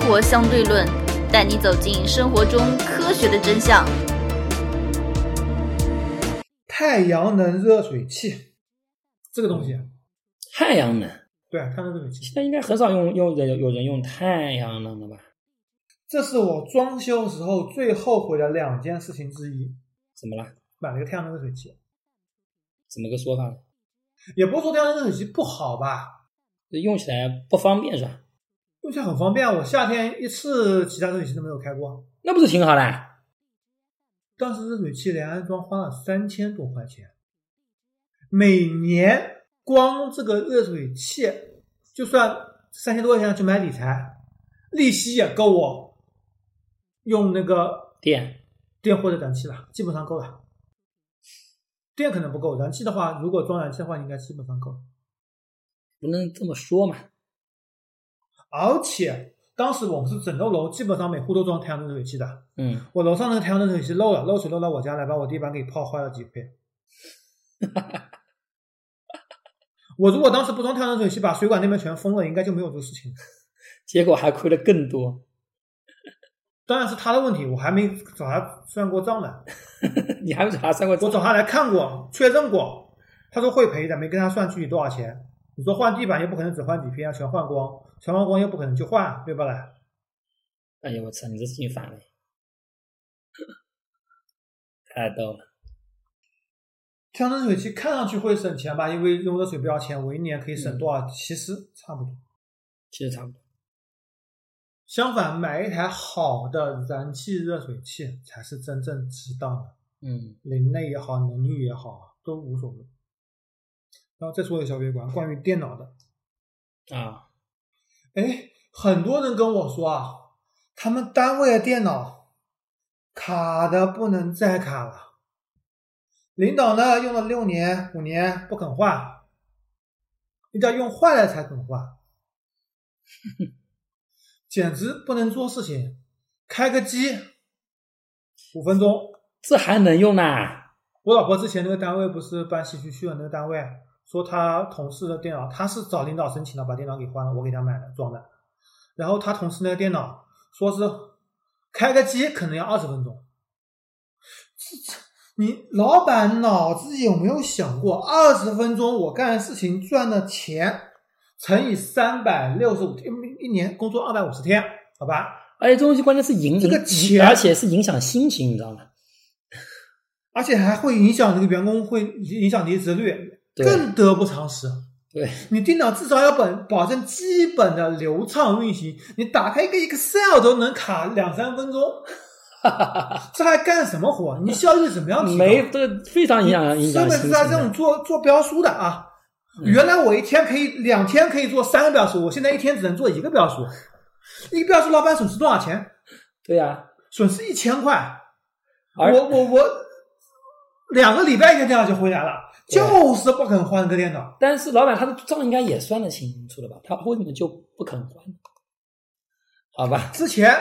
活相对论》，带你走进生活中科学的真相。太阳能热水器这个东西，啊太阳能，对，太阳能热水器，现在应该很少用用人有人用太阳能了吧？这是我装修时候最后悔的两件事情之一。怎么了？买了个太阳能热水器，怎么个说法呢？也不是说太阳能热水器不好吧，用起来不方便是吧？用起来很方便。我夏天一次其他热水器都没有开过，那不是挺好的？当时热水器连安装花了三千多块钱，每年光这个热水器，就算三千多块钱去买理财，利息也够我用那个电电或者燃气了，基本上够了。电可能不够，燃气的话，如果装燃气的话，应该基本上够。不能这么说嘛？而且当时我们是整栋楼基本上每户都装太阳能热水器的，嗯，我楼上那个太阳能热水器漏了，漏水漏到我家来，把我地板给泡坏了几块。 我如果当时不装太阳能热水器，把水管那边全封了，应该就没有这个事情。结果还亏了更多， 当然是他的问题，我还没找他算过账呢。你还不找他算过账我找他来看过，确认过，他说会赔的，没跟他算具体多少钱。你说换地板又不可能只换几片啊，全换光，全换光又不可能去换，对吧？啦？哎呦我操，你这事情反了， 太逗了。太阳能热水器看上去会省钱吧，因为用热水不要钱，我一年可以省多少？其实差不多。其实差不多，相反，买一台好的燃气热水器才是真正值当的，嗯，零内也好，能率也好，都无所谓。然后再说一个小别馆，关于电脑的，啊，哎，很多人跟我说啊，他们单位的电脑卡的不能再卡了。领导呢用了六年五年不肯换，一定要用坏了才肯换， 简直不能做事情。开个机五分钟，这还能用呢？我老婆之前那个单位不是搬西区去了那个单位，说她同事的电脑，她是找领导申请的，把电脑给换了，我给她买的装的。然后她同事那个电脑，说是开个机可能要二十分钟。这这，你老板脑子有没有想过，二十分钟我干事情赚的钱乘以三百六十五天，一年工作二百五十天，好吧？而且这东西关键是影这个影钱而且是影响心情，你知道吗？而且还会影响这个员工，会影响离职率，对更得不偿失。啊对，你电脑至少要本保证基本的流畅运行，你打开一个 Excel 都能卡两三分 钟，这还干什么活？啊你效率怎么样提高？没，这个非常影响影特响别心情是他这种的。嗯做做标书的啊，原来我一天可以两天可以做三个标书，我现在一天只能做一个标书，一个标书老板损失多少钱？对啊呀、损失一千块，而我我我两个礼拜一个电脑就回来了，对就是不肯换个电脑。但是老板他的账应该也算得清楚了吧？他为什么就不肯还？好吧， 之前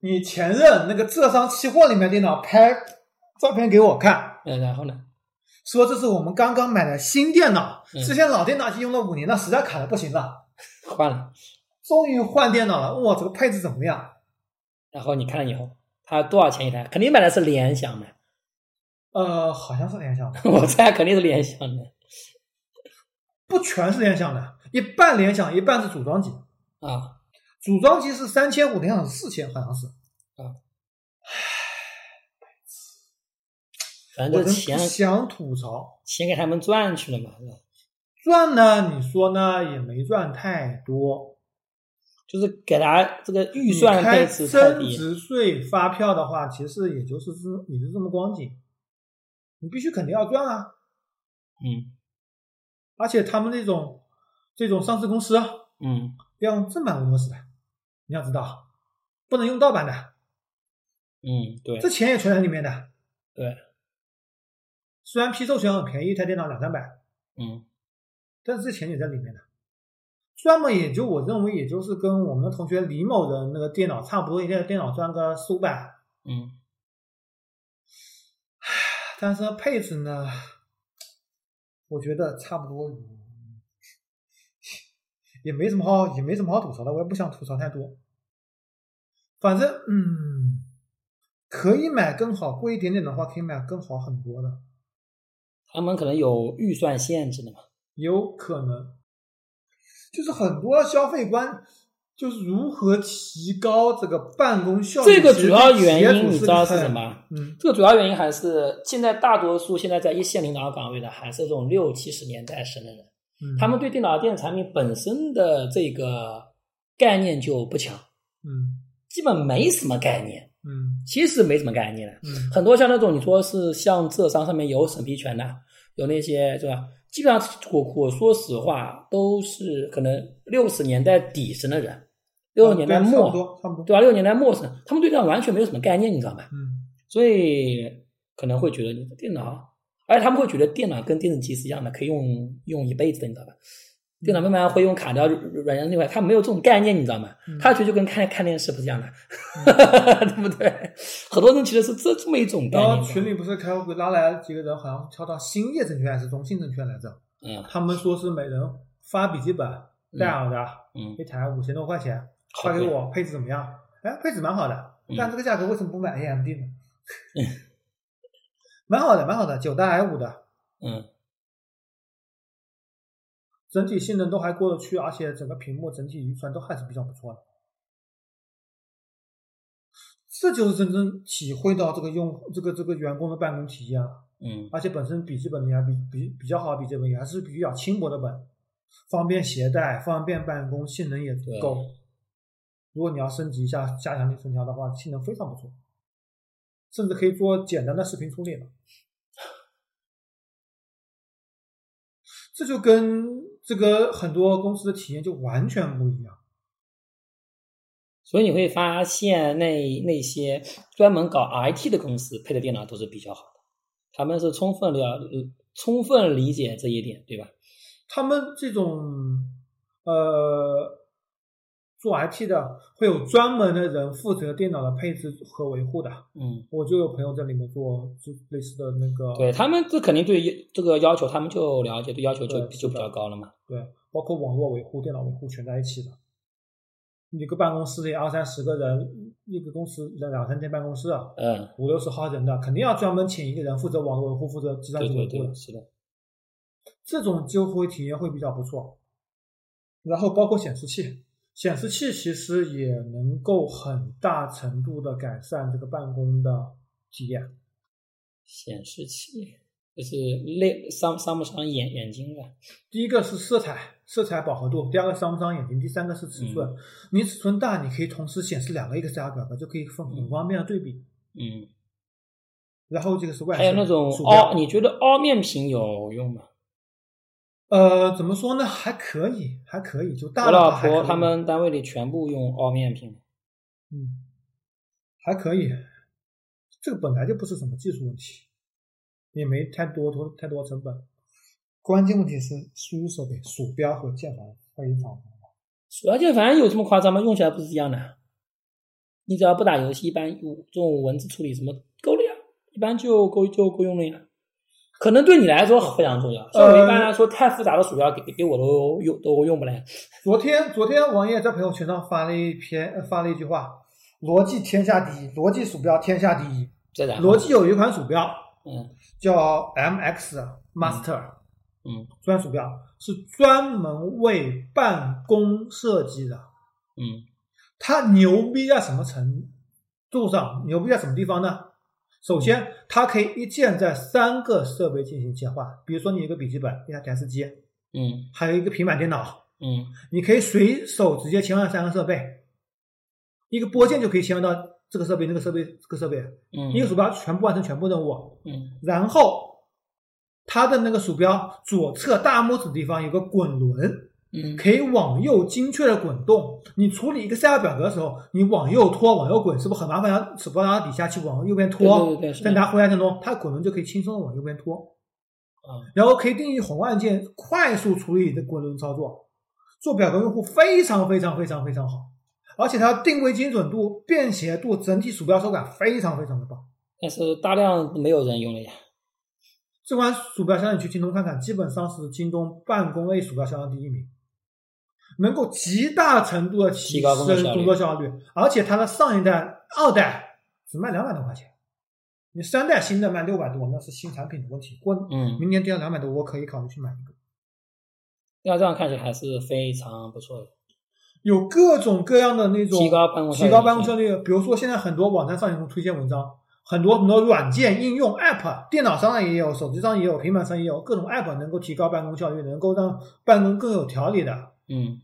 你前任那个浙商期货里面电脑拍照片给我看，嗯，然后呢？说这是我们刚刚买的新电脑，嗯之前老电脑已经用了五年了，实在卡的不行了，换了，终于换电脑了。问我这个配置怎么样？然后你看了以后，他多少钱一台？肯定买的是联想的， 呃，好像是联想的，我猜肯定是联想的不全是联想的，一半联想，一半是组装机。啊。组装机是三千五，联想是四千，好像是。反我正真这不钱想吐槽，钱给他们赚去了嘛，是吧赚呢，你说呢，也没赚太多。就是给他这个预你算开配置太增低，值税发票的话，其实也就是这也就这么光景，你必须肯定要赚啊！嗯而且他们这种这种上市公司啊嗯，要用正版维诺斯的，你要知道，不能用盗版的，嗯，对这钱也全在里面的。对，虽然批授权很便宜，一台电脑两三百，嗯但是这钱也在里面的。赚嘛，也就我认为也就是跟我们的同学李某的那个电脑差不多，一台电脑赚个四五百，嗯，但是配置呢，我觉得差不多，也没什么好，也没什么好吐槽的，我也不想吐槽太多。反正嗯，可以买更好，贵一点点的话可以买更好很多的，他们可能有预算限制的嘛。有可能。就是很多消费观，就是如何提高这个办公效率。这个主要其实跟企业原因主你是知道是很什么？嗯，这个主要原因还是现在大多数现在在一线领导岗位的还是这种六七十年代生的人，嗯他们对电脑电子产品本身的这个概念就不强，嗯基本没什么概念，嗯其实没什么概念的。嗯很多像那种你说是像浙商上面有审批权的，有那些是吧？基本上我我说实话都是可能六十年代底生的人，六十年代啊对差末不，多差不多。对吧？啊六十年代末生，他们对这样完全没有什么概念，你知道吗？嗯所以可能会觉得你的电脑，而且他们会觉得电脑跟电子机是一样的，可以用用一辈子的，你知道吧？电脑慢慢会用卡掉软件那块，他没有这种概念，你知道吗？嗯他觉得就跟看看电视不是一样的， 对不对？很多人其实是这这么一种概然念后。群里不是开会拉来几个人，好像跳到兴业证券还是中信证券来着？嗯他们说是每人发笔记本，戴尔的，嗯，一台五千多块钱，好啊发给贵我，配置怎么样？哎，配置蛮好的，但嗯这个价格为什么不买 AMD 呢？ 蛮好的，蛮好的，九代 i 五的，嗯，整体性能都还过得去，而且整个屏幕整体预算都还是比较不错的。这就是真正体会到这个用这个这个员工的办公体验啊了。嗯，而且本身笔记本也还比比比较好，笔记本也还是比较轻薄的本，方便携带，方便办公，性能也足对够。如果你要升级一下加强力空调的话，性能非常不错，甚至可以做简单的视频处理了。这就跟这个很多公司的体验就完全不一样。所以你会发现那那些专门搞 IT 的公司配的电脑都是比较好的，他们是充分了呃充分理解这一点，对吧？他们这种呃做 IT 的会有专门的人负责电脑的配置和维护的。嗯，我就有朋友在里面做就类似的那个，对他们这肯定对于这个要求，他们就了解，对要求就对就是比的较高了嘛。对包括网络维护、电脑维护全在一起的。一个办公室里二三十个人，一个公司两两三间办公室啊，嗯，五六十号人的，肯定要专门请一个人负责网络维护、负责计算对机对维护对，的，是的，这种就会体验会比较不错。然后包括显示器，显示器其实也能够很大程度的改善这个办公的体验。显示器就是类伤伤不伤眼眼睛的。啊第一个是色彩，色彩饱和度；第二个伤不伤眼睛；第三个是尺寸。嗯你尺寸大，你可以同时显示两个 Excel 表格，就可以很很方便的对比。嗯，然后这个是外还有形那种鼠标凹，你觉得凹面屏有用吗？呃，怎么说呢？还可以，还可以，就大我的话老还婆可以他们单位里全部用凹面屏。嗯，还可以。这个本来就不是什么技术问题，也没太多多太多成本。关键问题是输入设备，鼠标和键盘非常鼠标键盘有这么夸张吗？用起来不是一样的。啊你只要不打游戏，一般这种文字处理什么够了呀，一般就够就够用了呀。可能对你来说非常重呃要，像我一般来说太复杂的鼠标给给我都用都用不来。昨天昨天王爷在朋友圈上发了一篇呃发了一句话：“逻辑天下第一，逻辑鼠标天下第一。再”然后逻辑有一款鼠标嗯叫 MX Master 嗯这款鼠标，是专门为办公设计的。嗯它牛逼在什么程度上？牛逼在什么地方呢？首先，它可以一键在三个设备进行切换，比如说你有一个笔记本，一台台式机，嗯还有一个平板电脑，嗯你可以随手直接切换三个设备，一个拨键就可以切换到这个设备、那个设备、这个设备，嗯，一个鼠标全部完成全部任务。嗯然后，它的那个鼠标左侧大拇指地方有个滚轮，嗯可以往右精确的滚动。你处理一个 Excel 表格的时候，你往右拖、往右滚，是不是很麻烦？要鼠标拿到底下去往右边对拖对对，是的再拿回来程中，它滚轮就可以轻松的往右边拖。啊然后可以定义红按键，快速处理你的滚轮操作，做表格用户非常非常非常非常好，而且它定位精准度、便携度、整体鼠标手感非常非常的棒。但是大量没有人用了呀。这款鼠标相当于去京东看看，基本上是京东办公类鼠标销量第一名，能够极大程度的提提高工作效升率工作效率，而且它的上一代二代只卖两百多块钱，你三代新的卖六百多，那是新产品的问题。过嗯，明年跌到两百多，我可以考虑去买一个。要这样看起来还是非常不错的，有各种各样的那种提高办公效率提高办公效率，比如说现在很多网站上也会推荐文章，很多很多软件应用 App，电脑上也有，手机上也有，平板上也有，各种 App 能够提高办公效率，能够让办公更有条理的。嗯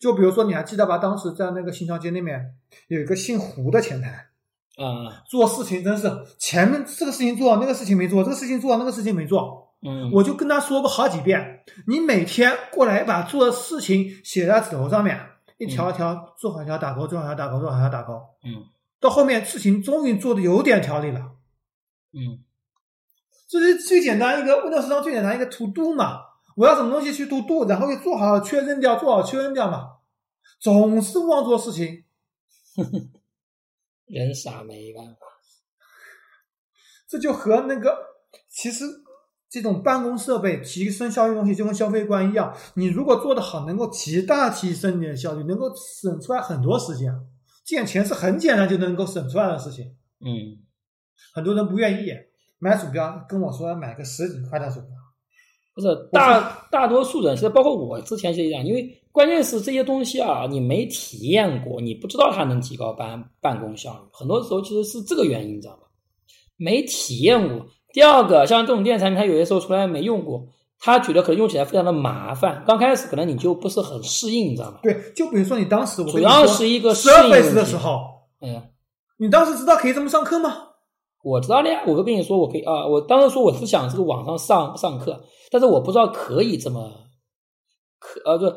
就比如说，你还记得吧？当时在那个新桥街那边有一个姓胡的前台，啊做事情真是前面这个事情做，那个事情没做，这个事情做，那个事情没做。嗯，我就跟他说过好几遍，你每天过来把做的事情写在纸头上面，一条一条做好一条打勾，做好一条打勾，做好一条打勾。嗯到后面事情终于做的有点条理了，嗯这是最简单一个 Windows 上最简单一个 To Do 嘛，我要什么东西去 To Do，然后又做好确认掉，做好确认掉嘛，总是忘做事情，人傻没办法，这就和那个其实这种办公设备提升效率的东西，就跟消费观一样，你如果做得好，能够极大提升你的效率，能够省出来很多时间。这点钱是很简单就能够省出来的事情，嗯很多人不愿意买鼠标，跟我说买个十几块的鼠标，不是大大多数人，其实包括我之前就一样，因为关键是这些东西啊，你没体验过，你不知道它能提高办办公效率。很多时候其实是这个原因，你知道吧？没体验过。第二个，像这种电子产品，它有些时候从来没用过，他觉得可能用起来非常的麻烦，刚开始可能你就不是很适应，你知道吗？对，就比如说你当时我主要是一个适 s 应 u r f a 问 c 题的时候，嗯，你当时知道可以这么上课吗？我知道了呀，我就跟你说，我可以啊、我当时说我是想这个网上上上课，但是我不知道可以这么，可呃，就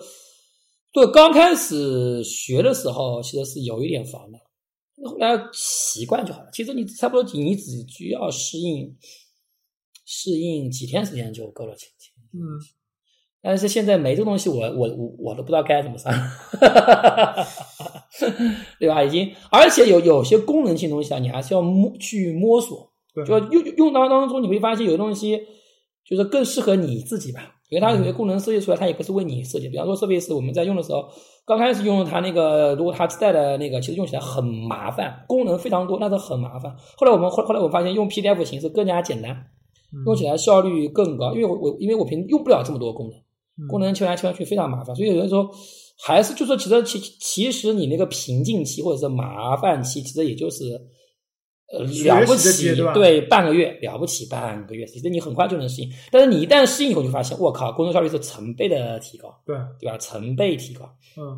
就刚开始学的时候，其实是有一点烦的，后来习惯就好了。其实你差不多，你只需要适应适应几天时间就够了。其实嗯，但是现在没这东西我，我我我都不知道该怎么上， 对吧？已经，而且有有些功能性东西啊，你还是要摸去摸索，对，就用用到当中，你会发现有些东西就是更适合你自己吧，因为它有些功能设计出来，它也不是为你设计。比方说设备是我们在用的时候，刚开始用它那个，如果它自带的那个，其实用起来很麻烦，功能非常多，但是很麻烦。后来我们后后来我发现用 PDF 形式更加简单，嗯用起来效率更高，因为我我因为我平用不了这么多功能。嗯功能切来切去非常麻烦，所以有的时候还是就说，其实其其实你那个瓶颈期或者是麻烦期，其实也就是呃学习了不的起阶段对半个月了不起半个月，其实你很快就能适应。但是你一旦适应以后，你就发现我靠，工作效率是成倍的提高，对，对吧？成倍提高。嗯，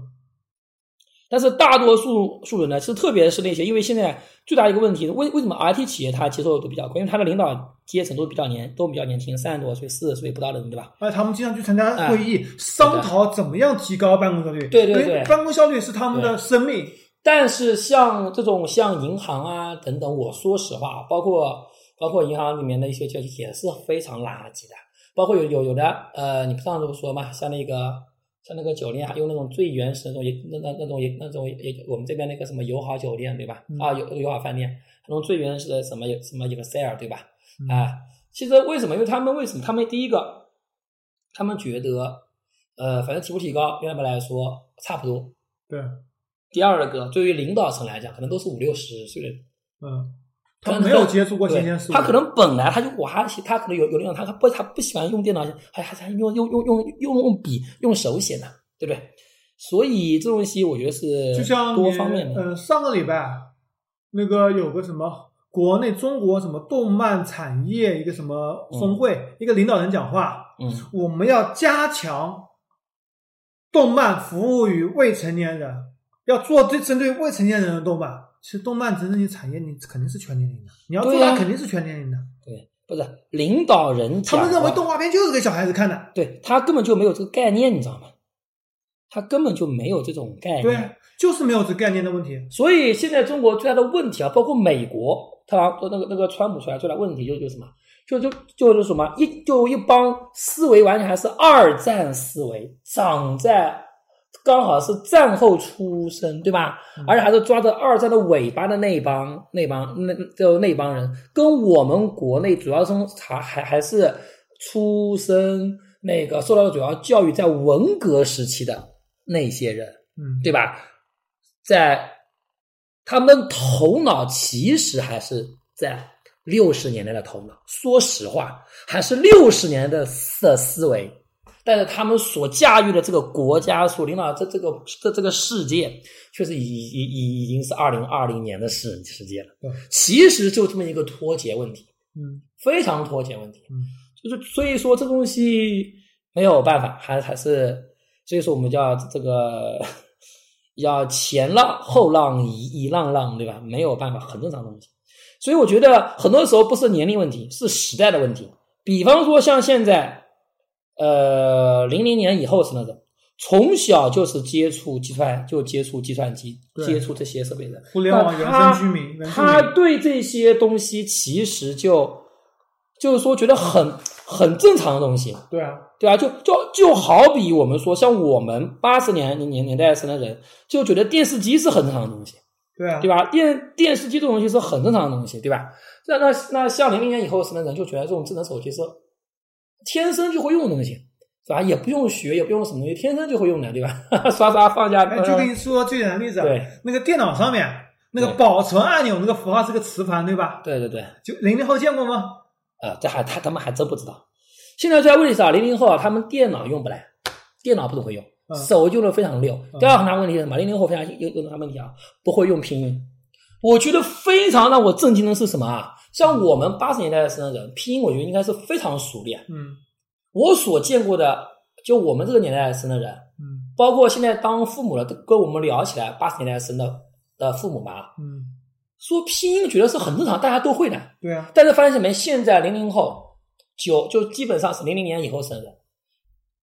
但是大多数数人呢，是特别是那些，因为现在最大一个问题，为为什么 IT 企业它接受度比较高？因为它的领导阶层都比较年都比较年轻，三十多岁、四十岁不到的人，对吧？而且哎他们经常去参加会议，商讨怎么样提高办公效率。哎对对因为对办公效率是他们的生命。但是像这种像银行啊等等，我说实话，包括包括银行里面的一些消息也是非常垃圾的，包括有有有的呃，你上次不说嘛，像那个像那个酒店，还有那种最原始的那种也那那那种也那种也我们这边那个什么友好酒店对吧？嗯啊友友好饭店，那种最原始的什么什么 Excel 对吧？嗯啊，其实为什么？因为他们为什么？他们第一个，他们觉得呃，反正提不提高，对他们来说差不多。对，第二个，对于领导层来讲，可能都是五六十岁的人，嗯，他们没有接触过新鲜对事，物。他可能本来他就我还他可能有有领导，他他不他不喜欢用电脑，还还还用用用用用用笔用手写呢，对不对？所以这东西我觉得是就像多你方面的，呃，上个礼拜那个有个什么国内中国什么动漫产业一个什么峰会，一个领导人讲话，嗯我们要加强动漫服务于未成年人，要做对针对未成年人的动漫。其实动漫真正的产业，你肯定是全年龄的，你要做对它呀肯定是全年龄的。对，不是啊领导人他讲们认为话动画片就是给小孩子看的，对他根本就没有这个概念，你知道吗？他根本就没有这种概念，对，就是没有这概念的问题。所以现在中国最大的问题啊，包括美国特朗普那个那个川普出来最大问题就就是什么，就就就是什么一就一帮思维完全还是二战思维，长在刚好是战后出生，对吧？而且还是抓着二战的尾巴的那帮那帮那就那帮人，跟我们国内主要是从还还还是出生。那个受到的主要教育在文革时期的那些人，嗯，对吧？在他们头脑其实还是在六十年代的头脑，说实话，还是六十年代的思思维，但是他们所驾驭的这个国家，所领导的这这个这这个世界，确实已已已已经是二零二零年的世世界了对。其实就这么一个脱节问题，嗯非常脱节问题。嗯，就是所以说这东西没有办法，还还是所以说我们叫这个要前浪后浪一一浪浪，对吧？没有办法，很正常的东西。所以我觉得很多时候不是年龄问题，是时代的问题。比方说像现在，呃，零零年以后是那种从小就是接触计算，就接触计算机，对接触这些设备的，互联网原生居民，原住民他对这些东西其实就就是说觉得很很正常的东西，对啊，对吧？就就就好比我们说，像我们八十年年年代生的人，就觉得电视机是很正常的东西，对啊，对吧？电电视机这种东西是很正常的东西，对吧？那那那像零零年以后生的人，就觉得这种智能手机是天生就会用的东西，是吧？也不用学，也不用什么东西，天生就会用的，对吧？ 刷刷放假，哎，就跟你说最简单的例子啊，对那个电脑上面那个对保存按钮那个符号是个磁盘，对吧？对对对。就零零后见过吗？啊，这还他他们还真不知道。现在在问题是啊，零零后啊，他们电脑用不来，电脑不懂会用，嗯手用的非常溜。嗯第二个很大问题是什么？零零后非常有有大问题啊，不会用拼音。我觉得非常让我震惊的是什么啊？像我们八十年代的生人，拼音我觉得应该是非常熟练。嗯我所见过的，就我们这个年代生的人，嗯包括现在当父母了，都跟我们聊起来八十年代生的的父母嘛，嗯，说拼音觉得是很正常，大家都会的。对啊，但是发现没，现在零零后九就基本上是零零年以后生人，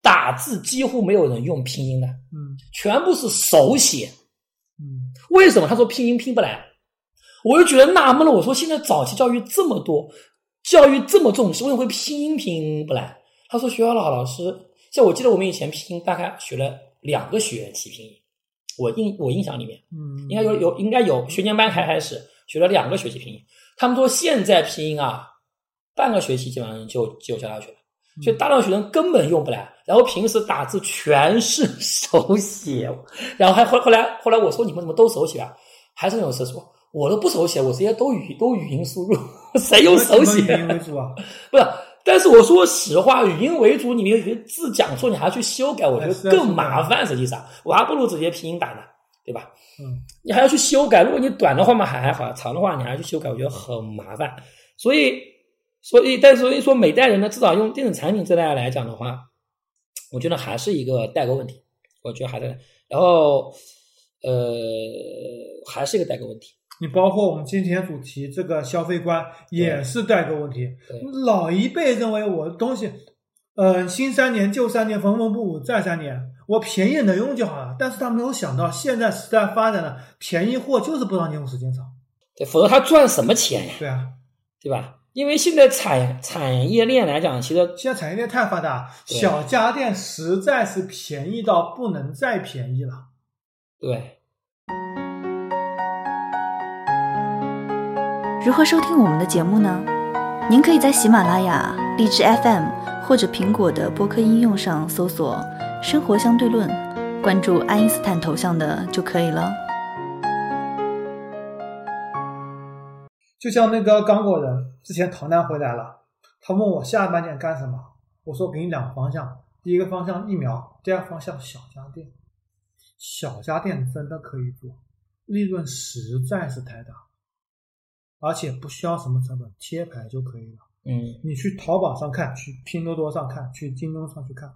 打字几乎没有人用拼音的，嗯全部是手写。嗯为什么？他说拼音拼不来，我就觉得纳闷了。我说现在早期教育这么多，教育这么重视，为什么会拼音拼不来？他说学校老老师，像我记得我们以前拼音大概学了两个学期拼音，我印我印象里面。嗯，应该有有应该有学年班开开始学了两个学期拼音，他们说现在拼音啊，半个学期基本上就就教到学了，所以大量学生根本用不来，然后平时打字全是手写，然后还后后来后来我说你们怎么都手写啊？还是那种是说我都不手写，我直接都语都语音输入，谁用手写？以为主啊， 不是，但是我说实话，语音为主，你那个字讲错，你还要去修改，我觉哎是啊得更是啊麻烦。实际上，我还不如直接拼音打呢，对吧？嗯，你还要去修改。如果你短的话嘛还好，长的话你还要去修改，我觉得很麻烦。所以，所以，但所以说，每代人呢，至少用电子产品这代来讲的话，我觉得还是一个代沟问题。我觉得还在，然后，呃，还是一个代沟问题。你包括我们今天主题这个消费观也是代沟问题对。老一辈认为我的东西，呃，新三年旧三年，缝缝补补再三年，我便宜能用就好了。但是他没有想到，现在时代发展了，便宜货就是不让你用时间长。对，否则他赚什么钱呀？对啊，对吧？因为现在产产业链来讲，其实现在产业链太发达，对小家电实在是便宜到不能再便宜了。对如何收听我们的节目呢？您可以在喜马拉雅、荔枝 FM 或者苹果的播客应用上搜索“生活相对论”，关注爱因斯坦头像的就可以了。就像那个刚果人之前逃难回来了，他问我下半年干什么，我说给你两个方向，第一个方向疫苗，第二个方向小家电。小家电真的可以做，利润实在是太大，而且不需要什么成本，贴牌就可以了。嗯，你去淘宝上看，去拼多多上看，去京东上去看，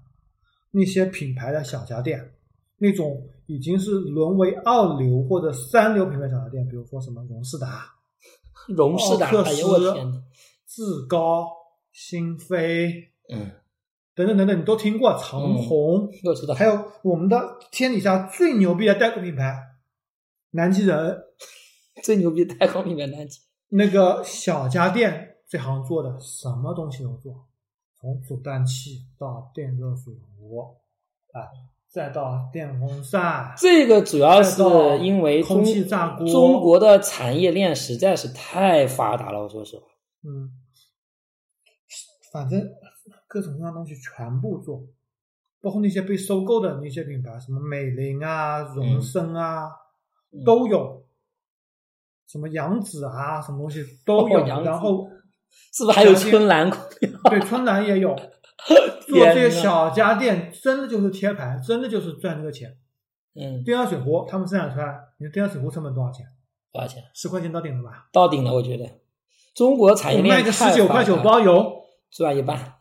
那些品牌的小家电，那种已经是沦为二流或者三流品牌小家电，比如说什么荣事达、荣氏的，奥克哎斯呦我天呐，志高、新飞嗯，等等等等，你都听过，长虹，我知道，还有我们的天底下最牛逼的代购品牌，南极人最牛逼的太空里面南极，那个小家电这行做的什么东西都做，从煮蛋器到电热水壶，啊，再到电风扇，这个主要是因为中空气炸锅中国的产业链实在是太发达了，我说实话，嗯嗯，反正各种各样的东西全部做，包括那些被收购的那些品牌，什么美菱啊、荣升啊，嗯都有。什么杨紫啊，什么东西都有，哦杨紫然 后是不是还有春兰姑娘？对春兰也有，做天这些哪小家电真的就是贴牌，真的就是赚这个钱。嗯，电压水壶他们生产出来，你的电压水壶成本多少钱？多少钱？十块钱到顶了吧？到顶了，我觉得中国产我业链卖个哎太十九发块九达了包邮，赚一半，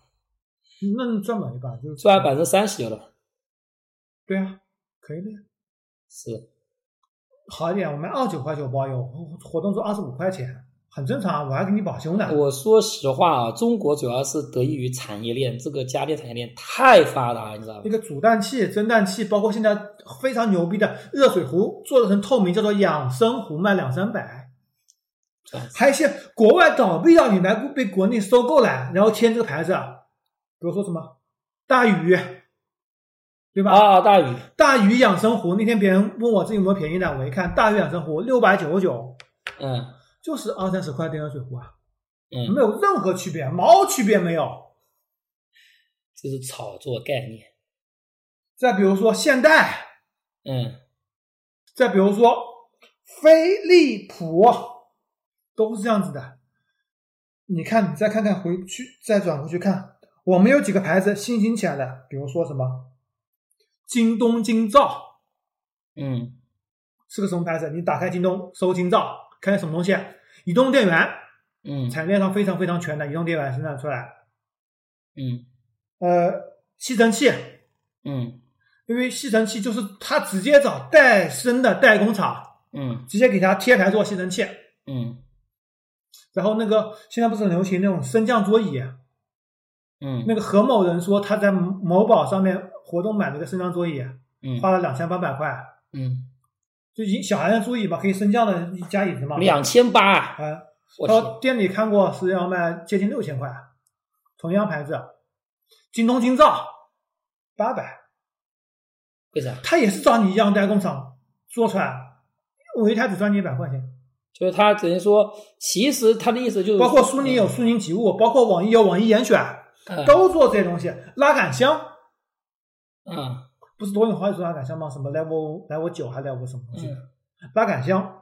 那你赚不了一半，就是赚百分之三十有了，对啊，可以的呀。是好一点，我卖二九块九包邮，哦活动是二十五块钱，很正常啊，我还给你保修呢。我说实话啊，中国主要是得益于产业链，这个家电产业链太发达了，你知道那吧？个煮蛋器、蒸蛋器，包括现在非常牛逼的热水壶，做的成透明，叫做养生壶，卖两三百。赚还有一些国外倒闭的品牌股被国内收购了，然后签这个牌子，啊比如说什么大宇，对吧？啊，大宇大宇养生壶，那天别人问我这有没有便宜的，我一看大宇养生壶六百九十九，嗯就是二三十块电热水壶啊，嗯没，有任何区别，毛区别没有。这是炒作概念，再比如说现代，嗯，再比如说飞利浦，都是这样子的。你看，你再看看回去，再转过去看，我们有几个牌子新兴起来的，比如说什么京东京兆嗯是个什么牌子？你打开京东搜京兆，看什么东西？移动电源，嗯产业链上非常非常全的移动电源生产出来，嗯呃，吸尘器。嗯因为吸尘器就是它直接找戴森的代工厂，嗯直接给它贴牌做吸尘器，嗯然后那个现在不是很流行那种升降桌椅，嗯，那个何某人说他在某宝上面活动买了个升降桌椅，嗯花了两千八百块，嗯就一小孩的桌椅嘛，可以升降的一加椅子嘛。两千八，啊，我他天，说店里看过是要卖接近六千块，同样牌子，京东京兆八百，为啥？他也是找你一样代工厂做出来，我一台只赚你一百块钱。就是他等于说，其实他的意思就是包括苏宁有苏宁集物，包括网易有网易严选，嗯都做这些东西。拉杆箱嗯不是多用好几种拉杆箱吗？什么 level level 九还是 level 什么东西的？嗯拉杆箱，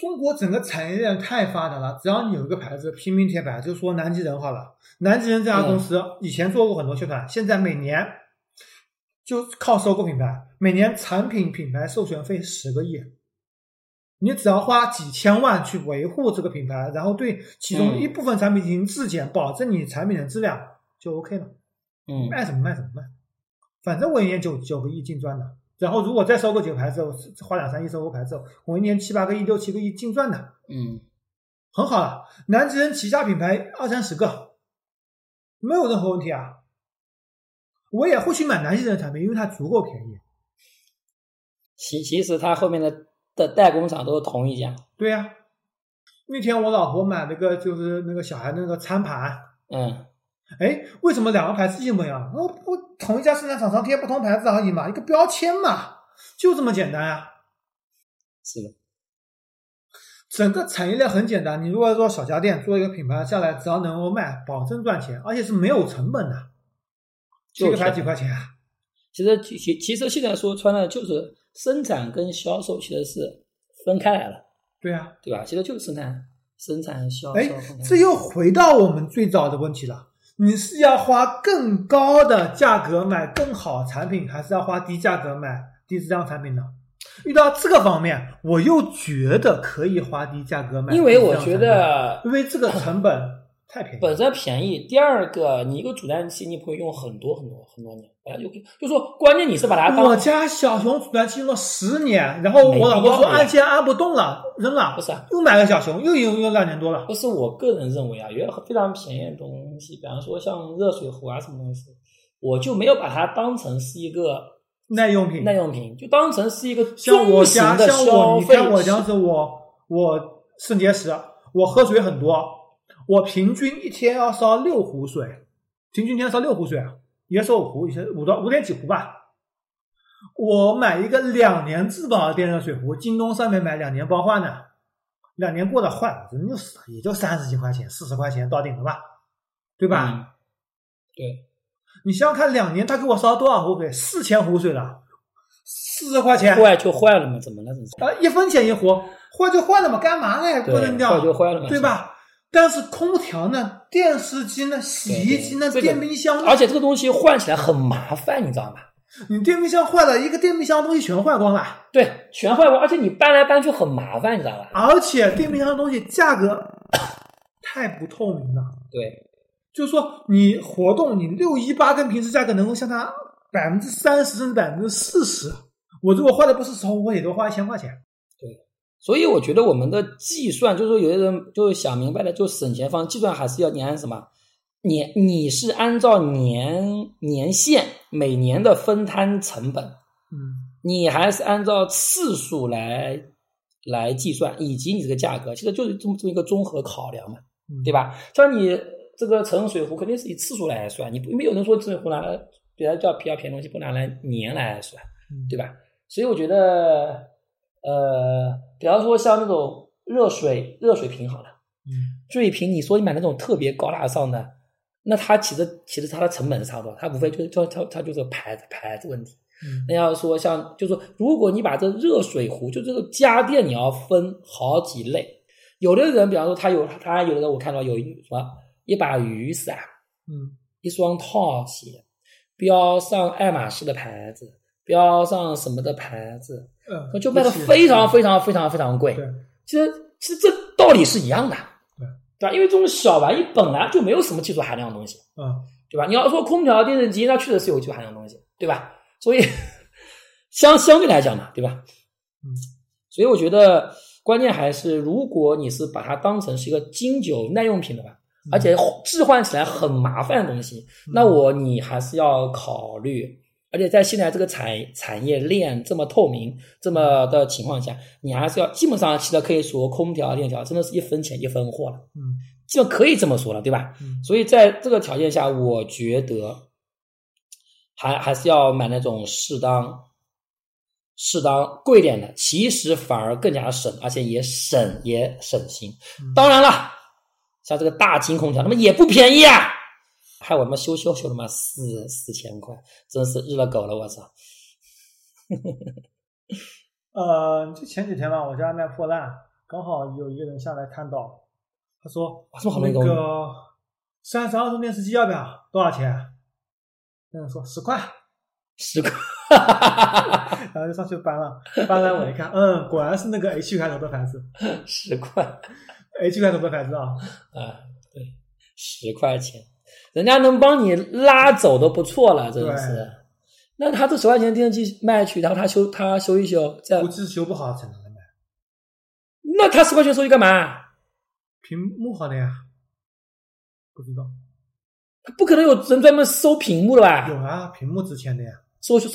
中国整个产业链太发达了，只要你有一个牌子拼命贴牌，就说南极人好了，南极人这家公司嗯以前做过很多宣传，现在每年就靠收购品牌，每年产品品牌授权费十个亿。你只要花几千万去维护这个品牌，然后对其中嗯一部分产品进行质检，保证你产品的质量就 OK 了。嗯卖什么卖什么卖，反正我一年九九个亿净赚的，然后如果再收购几个牌子，我花两三亿收购牌子，我一年七八个亿、六七个亿净赚的，嗯很好了。南极人旗下品牌二三十个，没有任何问题啊。我也会去买南极人的产品，因为它足够便宜。其其实他后面的的代工厂都是同一家，对呀、那天我老婆买了个就是那个小孩的那个餐盘，嗯哎，为什么两个牌子一模一样？哦，不同一家生产厂商贴不同牌子而已嘛，一个标签嘛，就这么简单啊。是的，整个产业链很简单，你如果做小家电，做一个品牌下来，只要能够卖，保证赚钱，而且是没有成本的，就这是个才几块钱啊？其实其其实现在说穿了就是生产跟销售其实是分开来了，对啊，对吧？其实就是生产生产销哎售分开，这又回到我们最早的问题了，你是要花更高的价格买更好产品，还是要花低价格买低质量产品呢？遇到这个方面，我又觉得可以花低价格买，因为我觉，得因为这个成本太便宜本了，身便宜，第二个你一个煮蛋器你不会用很多很多很多年，本来就可以，就说关键你是把它当我家小熊煮蛋器用了十年，然后我老婆没必说要呀按键按不动了，扔了不。是啊又买个小熊，又用用两年多了不。是我个人认为啊，有些非常便宜的东西，比方说像热水壶啊什么东西，我就没有把它当成是一个耐用品，耐用品，就当成是一个像我中型家的像我，消你费看我品当时我我肾结石，我喝水很多，我平均一天要烧六壶水，平均一天烧六壶水啊，也是五壶，以前五到五点几壶吧。我买一个两年质保的电热水壶，京东上面买两年包换的，两年过了嗯换，人就是也就三十几块钱，四十块钱到顶了吧，对吧？对，你想想看，两年他给我烧了多少湖水？四千湖水了，四十块钱，坏就坏了嘛，怎么了？怎么啊，一分钱一壶，坏就坏了嘛，干嘛呢？不对，扔掉坏，就坏了嘛，对？吧？但是空调呢，电视机呢，洗衣机呢，对对电冰箱呢，而且这个东西换起来很麻烦，你知道吗？你电冰箱坏了，一个电冰箱东西全坏光了，对，全坏过，而且你搬来搬去很麻烦，你知道吧？而且电冰箱的东西价格太不透明了。对，就是说你活动，你六一八跟平时价格能够相差百分之三十甚至百分之四十。我如果花的不是时候，我也多花一千块钱。所以我觉得我们的计算，就是说有些人就是想明白了，就省钱方计算还是要你按什么年，你是按照年年限每年的分摊成本，嗯，你还是按照次数来来计算，以及你这个价格，其实就是这么这么一个综合考量嘛。嗯对？吧？像你这个盛水壶肯定是以次数来算，你不没有人说这壶拿来别人叫比较便宜的东西不拿来年来算，嗯对吧？所以我觉得，呃，比方说像那种热水热水瓶好了，嗯最瓶你说你买那种特别高大上的，那它其实其实它的成本是差不多，它无非就就它它就是牌子牌子问题。嗯那要说像，就是说如果你把这热水壶，就这个家电，你要分好几类。有的人，比方说他有他有的人，我看到有一什么一把雨伞，嗯一双套鞋，标上爱马仕的牌子，标上什么的牌子，嗯就卖的非常非常非常非常贵。对，其实其实这道理是一样的，对对吧？因为这种小玩意本来就没有什么技术含量的东西，嗯对吧？你要说空调、电视机，那确实是有技术含量的东西，对吧？所以相相对来讲嘛，对吧？嗯，所以我觉得关键还是，如果你是把它当成是一个经久耐用品的吧，嗯而且置换起来很麻烦的东西，那我你还是要考虑。而且在现在这个产产业链这么透明、这么的情况下，你还是要基本上其实可以说空调、电调真的是一分钱一分货了，嗯基本可以这么说了，对吧？嗯所以在这个条件下，我觉得还还是要买那种适当、适当贵点的，其实反而更加省，而且也省也省心。嗯当然了，像这个大金空调，那么也不便宜啊，害我他妈修修修他妈四四千块，真是日了狗了，我操！呃，就前几天吧，我家卖破烂，刚好有一个人下来看到，他说哇这么好的那一个东西个三十二寸电视机要不要？多少钱？那人说十块，十块， 然后就上去搬了，搬来我一看，嗯，果然是那个 H 开头的牌子十块，H 开头的牌子啊，啊，对，十块钱，人家能帮你拉走都不错了，真的对是。那他这十块钱电视机卖去，然后他修他修一修，再估计是修不好才能卖，那他十块钱收去干嘛？屏幕好的呀，不知道他不可能有人专门收屏幕的有吧？啊，屏幕值钱的呀，收收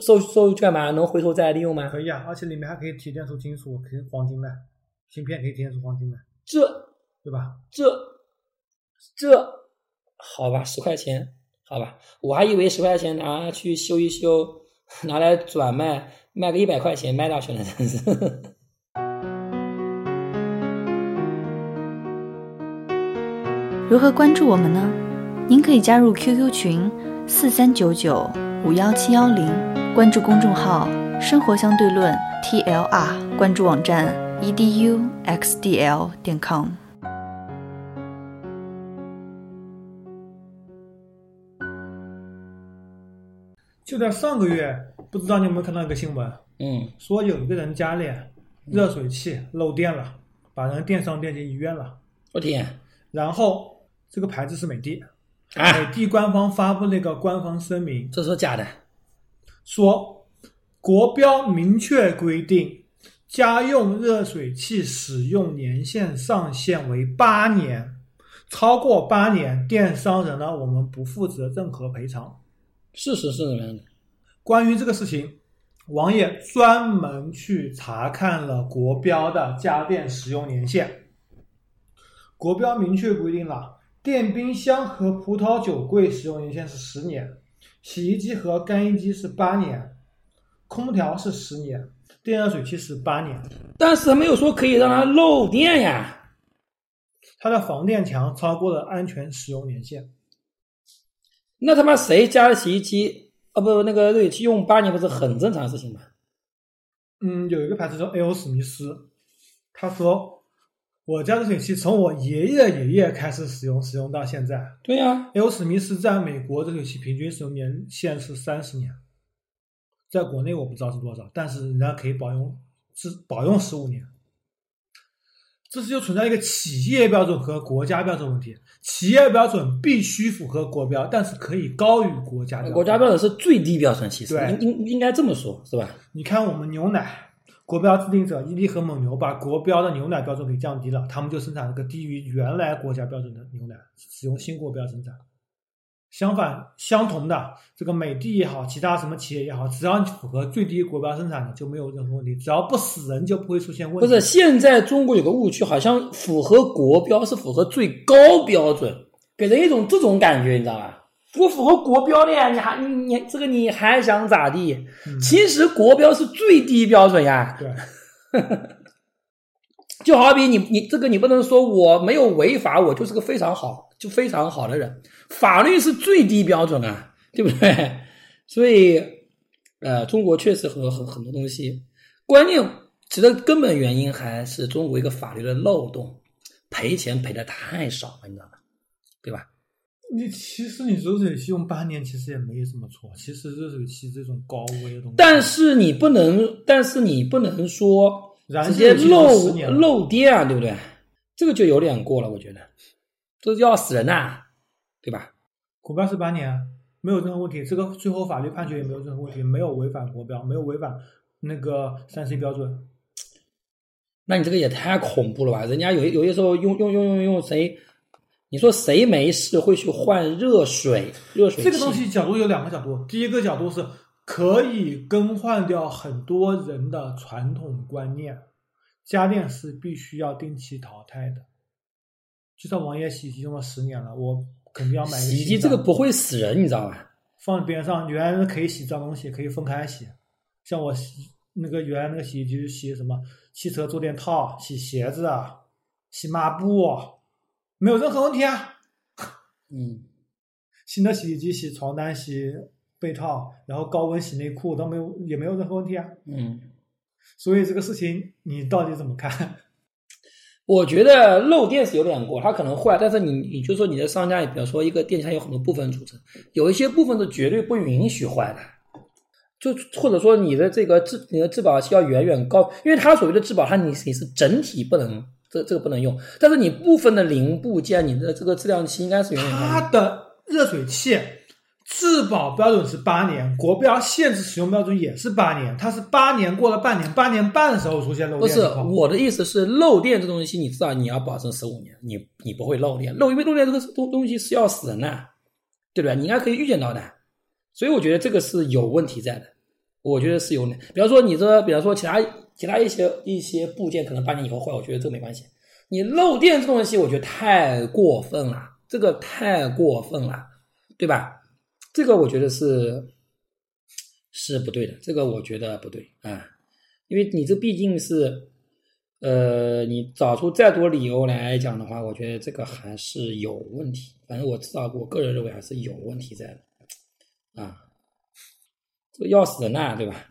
收收去干嘛？能回收再利用吗？可以啊，而且里面还可以提炼出金属，可以黄金的，芯片可以提炼出黄金的，这对吧？这这，好吧，十块钱，好吧，我还以为十块钱拿去修一修，拿来转卖，卖个一百块钱卖掉去了，真是。 如何关注我们呢？您可以加入 QQ 群四三九九五幺七幺零，关注公众号“生活相对论 ”TLR，关注网站 E eduxdl 点 com。就在上个月，不知道你有没有看到一个新闻，嗯说有一个人家里热水器漏电了，把人电商电进医院了，，我天然后这个牌子是美的，美啊，的官方发布了一个官方声明，这是假的，说国标明确规定，家用热水器使用年限上限为八年，超过八年，电商人呢，我们不负责任何赔偿。事实是什么样的？关于这个事情，王爷专门去查看了国标的家电使用年限。国标明确规定了，电冰箱和葡萄酒柜使用年限是十年，洗衣机和干衣机是八年，空调是十年，电热水器是八年。但是他没有说可以让它漏电呀，它的防电墙超过了安全使用年限。那他妈谁家的洗衣机啊不那个热水器用八年不是很正常的事情吗？嗯，有一个牌子叫 A.O. 史密斯，他说我家热水器从我爷爷爷爷开始使用，使用到现在。对呀、 A.O. 史密斯在美国热水器平均使用年限是三十年，在国内我不知道是多少，但是人家可以保用是保用十五年。这就存在一个企业标准和国家标准问题。企业标准必须符合国标，但是可以高于国家标准。国家标准是最低标准，其实对应应应该这么说，是吧？你看我们牛奶，国标制定者伊利和蒙牛把国标的牛奶标准给降低了，他们就生产了个低于原来国家标准的牛奶，使用新国标生产。相反，相同的这个美的也好，其他什么企业也好，只要你符合最低国标生产的，就没有任何问题，只要不死人就不会出现问不题。是，现在中国有个误区，好像符合国标是符合最高标准，给人一种这种感觉，你知道吧？我符合国标的呀，你还你你这个你还想咋地？嗯其实国标是最低标准呀，对，就好比你你这个你不能说我没有违法，我就是个非常好就非常好的人，法律是最低标准啊，对不对？ 所以，呃，中国确实很多很很多东西，关键其实根本原因还是中国一个法律的漏洞，赔钱赔的太少了，你知道吧？对吧？你其实你热水器用八年其实也没什么错，其实热水器这种高危的东西，但是你不能，但是你不能说燃直气接已经有漏10年了漏电啊，对不对？这个就有点过了，我觉得，这要死人呐、对吧？国标是八年啊，没有任何问题。这个最后法律判决也没有任何问题，没有违反国标，没有违反那个三 C 标准。那你这个也太恐怖了吧！人家有有些时候用用用用用谁，你说谁没事会去换热水热水这器？个东西角度有两个角度，第一个角度是可以更换掉很多人的传统观念，家电是必须要定期淘汰的。就算王爷洗衣机用了十年了，我肯定要买一个洗衣机新的这个不会死人，你知道吧？放边上，原来是可以洗脏东西，可以分开洗。像我洗那个原来那个洗衣机是洗什么汽车坐垫套、洗鞋子啊、洗抹布啊，没有任何问题啊。嗯，新的洗衣机洗床单、洗被套，然后高温洗内裤都没有，也没有任何问题啊。嗯，所以这个事情你到底怎么看？我觉得漏电是有点过，它可能坏，但是你你就说你的商家，比如说一个店家有很多部分组成，有一些部分是绝对不允许坏的。就或者说你的这个质你的质保要远远高，因为它所谓的质保，它你你是整体不能这这个不能用，但是你部分的零部件，你的这个质量期应该是远远高于它的热水器质保标准是八年，国标限制使用标准也是八年，它是八年过了半年、八年半的时候出现漏不电是情况。我的意思是，漏电这东西，你知道你要保证十五年，你你不会漏电。漏因为漏电这个东东西是要死人的，对不对？你应该可以预见到的，所以我觉得这个是有问题在的。我觉得是有问题，比方说你这，比方说其他其他一些一些部件可能半年以后坏，我觉得这个没关系。你漏电这东西，我觉得太过分了，这个太过分了，对吧？这个我觉得是是不对的，这个我觉得不对啊。因为你这毕竟是，呃，你找出再多理由来讲的话，我觉得这个还是有问题。反正我至少我个人认为还是有问题在的，啊，这个要死人呐、对吧？